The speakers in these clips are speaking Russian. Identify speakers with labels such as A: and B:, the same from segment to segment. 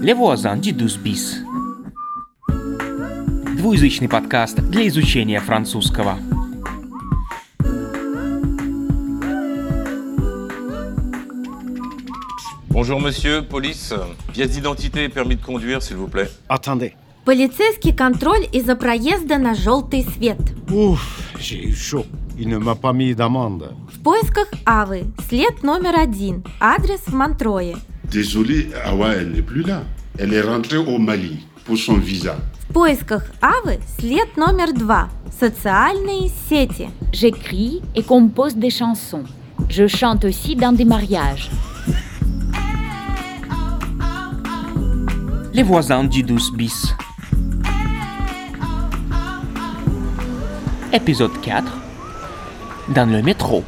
A: Les voisins du 12 bis. Двуязычный подкаст для изучения французского.
B: Bonjour monsieur, police. Pièce d'identité et permis de conduire, s'il vous plaît.
C: Attendez.
D: Полицейский контроль из-за проезда на желтый свет.
C: Ouf, j'ai eu chaud. Il ne m'a pas mis d'amende.
D: В поисках Авы. След номер один. Адрес в Монтрое.
E: Désolé, Awa, elle n'est plus là. Elle est rentrée au Mali pour son visa.
D: В поисках Авы. След номер два. Социальные сети.
F: J'écris et compose des chansons. Je chante aussi dans des mariages.
A: Les voisins du 12 bis. Épisode 4. Dans le métro.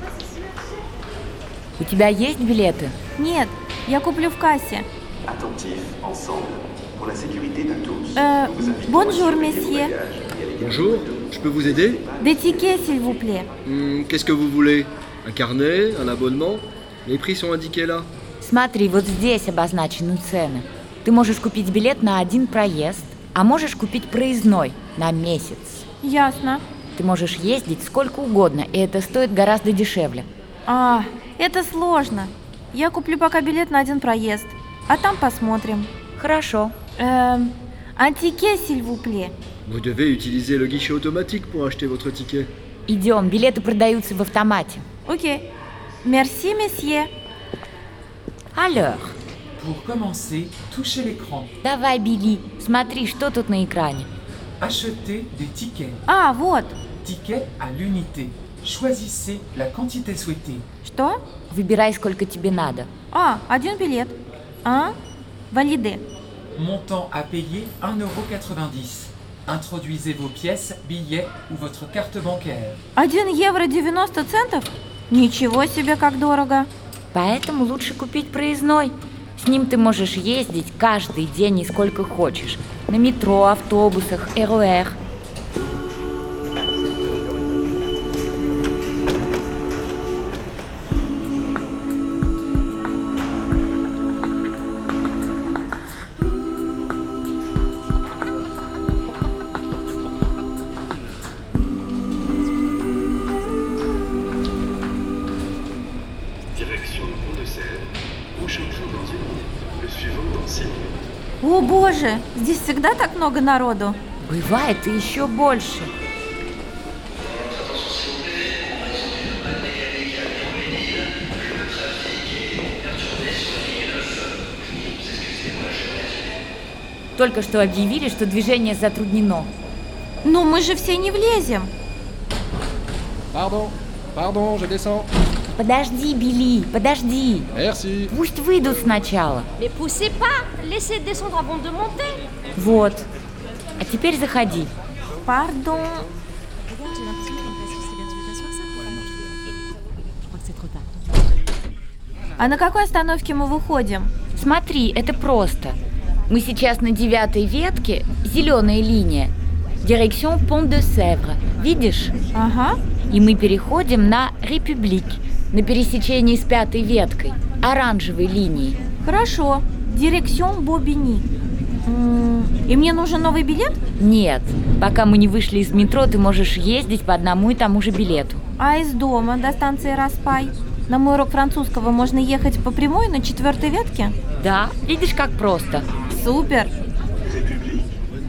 F: У тебя есть билеты?
D: Нет, я куплю в кассе.
G: Attentifs ensemble pour la sécurité de tous.
D: Э, бонжур, месье.
H: Bonjour, je peux vous aider
D: Детике, сильвупле.
H: Hmm, Qu'est-ce que vous voulez Un carnet Un abonnement Les prix sont indiqués là.
F: Смотри, вот здесь обозначены цены. Ты можешь купить билет на один проезд, а можешь купить проездной на месяц.
D: Ясно.
F: Ты можешь ездить сколько угодно, и это стоит гораздо дешевле.
D: А, это сложно. Я куплю пока билет на один проезд, а там посмотрим.
F: Хорошо.
D: Эм, антике, сильвупле.
H: Vous devez utiliser le guichet automatique pour acheter votre ticket.
F: Идем, билеты продаются в автомате.
D: Окей. Мерси, месье.
F: Алло.
I: Pour commencer, touchez l'écran.
F: Давай, Били, смотри, что тут на экране.
I: Achetez des tickets.
D: А, вот.
I: Tickets à l'unité. Choisissez la quantité souhaitée.
D: Что?
F: Выбирай, сколько тебе надо.
D: А, один билет. А? Валиде.
I: Montant à payer 1,90€. Introduisez vos pièces, billets ou votre carte bancaire.
D: 1 евро 90 центов? Ничего себе, как дорого.
F: Поэтому лучше купить проездной. С ним ты можешь ездить каждый день и сколько хочешь. На метро, автобусах, РОР.
G: Direction Pont de Sèvres, prochain train dans une minute, le suivant dans six minutes.
D: О боже, здесь всегда так много народу.
F: Бывает и еще больше. Только что объявили, что движение затруднено.
D: Ну мы же все не влезем.
J: Pardon, pardon, je descends.
F: Подожди, Били, подожди.
J: Merci.
F: Пусть выйдут сначала.
K: Mais poussez pas Laissez descendre avant de monter
F: Вот. А теперь заходи.
D: Пардон. А на какой остановке мы выходим?
F: Смотри, это просто. Мы сейчас на девятой ветке, зеленая линия. Direction Pont de Sèvres. Видишь?
D: Ага.
F: И мы переходим на Републик, на пересечении с пятой веткой, оранжевой линии.
D: Хорошо. Дирексион Бобини. М, И мне нужен новый билет?
F: Нет, пока мы не вышли из метро, ты можешь ездить по одному и тому же билету.
D: А из дома до станции Распай? На мой урок французского можно ехать по прямой на четвертой ветке?
F: Да, видишь, как просто.
D: Супер!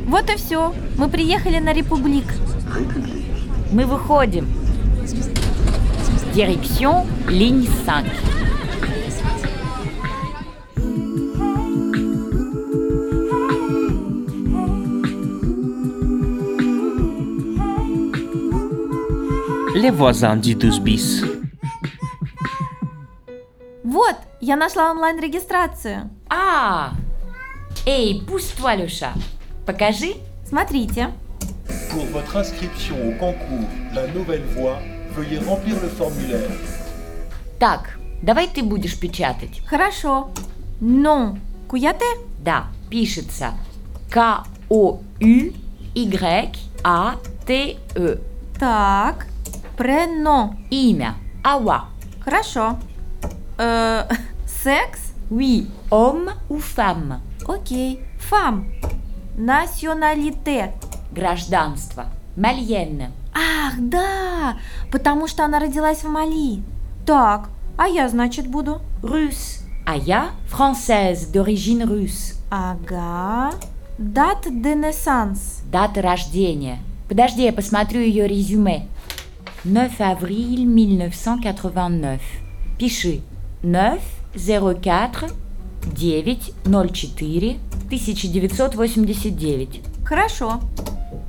D: Вот и все. Мы приехали на Републик.
F: Мы выходим. Direction Ligne 5.
A: Les voisins du 12 bis.
D: Вот, я нашла онлайн-регистрацию.
F: А! Эй, пусть-toi le chat. Покажи.
D: Смотрите.
G: Pour votre inscription au concours La Nouvelle Voie, veuillez remplir le formulaire.
F: Так, давай ты будешь печатать.
D: Хорошо. Ну, куяте?
F: Да, пишется К-О-Ю-Y-А-Т-Э.
D: Так. Прено.
F: Имя. Ава.
D: Хорошо. Э, секс?
F: Oui, homme ou femme
D: Окей. Фам. Националите.
F: Гражданство. Мальenne.
D: Ах, да, потому что она родилась в Мали. Так, а я, значит, буду.
F: Russe. А я française d'origine russe.
D: Ага. Дат де naissance.
F: Дата рождения. Подожди, я посмотрю ее резюме. 9 avril 1989. Пиши. 9 04 9 04 1989.
D: Хорошо.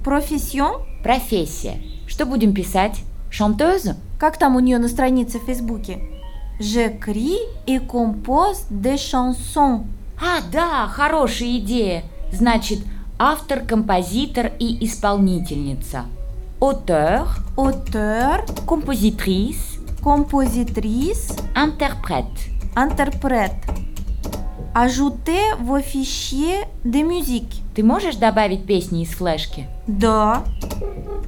D: Профессион?
F: Профессия. Что будем писать? Chanteuse
D: Как там у нее на странице в Фейсбуке? J'écris et compose des chansons.
F: А, да, хорошая идея. Значит, автор, композитор и исполнительница. Auteur,
D: Auteur,
F: compositrice,
D: compositrice,
F: interprète.
D: interprète. Ajoutez vos fichiers de musique.
F: Ты можешь добавить песни из флешки?
D: Да.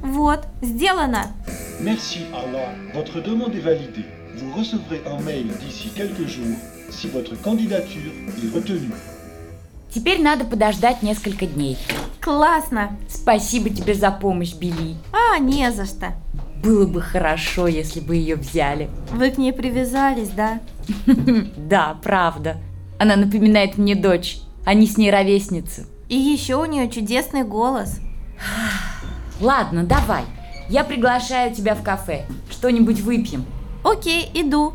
D: Вот, сделано.
G: Merci Awa, votre demande est validée. Vous recevrez un mail d'ici quelques jours si votre candidature est retenue.
F: Теперь надо подождать несколько дней.
D: Классно.
F: Спасибо тебе за помощь, Билли.
D: А, не за что.
F: Было бы хорошо, если бы ее взяли.
D: Вы к ней привязались, да?
F: Да, правда. Она напоминает мне дочь. Они с ней ровесницы.
D: И еще у нее чудесный голос.
F: Ладно, давай. Я приглашаю тебя в кафе. Что-нибудь выпьем.
D: Окей, иду.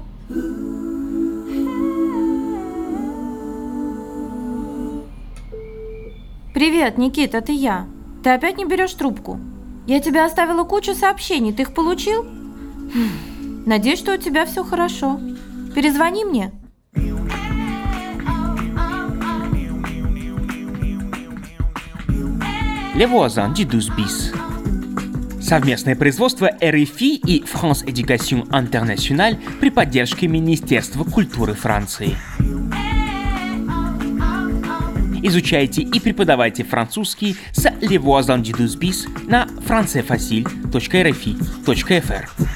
D: Привет, Никит, это я. Ты опять не берешь трубку? Я тебе оставила кучу сообщений, ты их получил? Хм, Надеюсь, что у тебя все хорошо. Перезвони мне.
A: Les voisins du 12 bis. Совместное производство РФИ и France Education International при поддержке Министерства культуры Франции. Изучайте и преподавайте французский с Les voisins du 12 bis на francais facile.rfi.fr.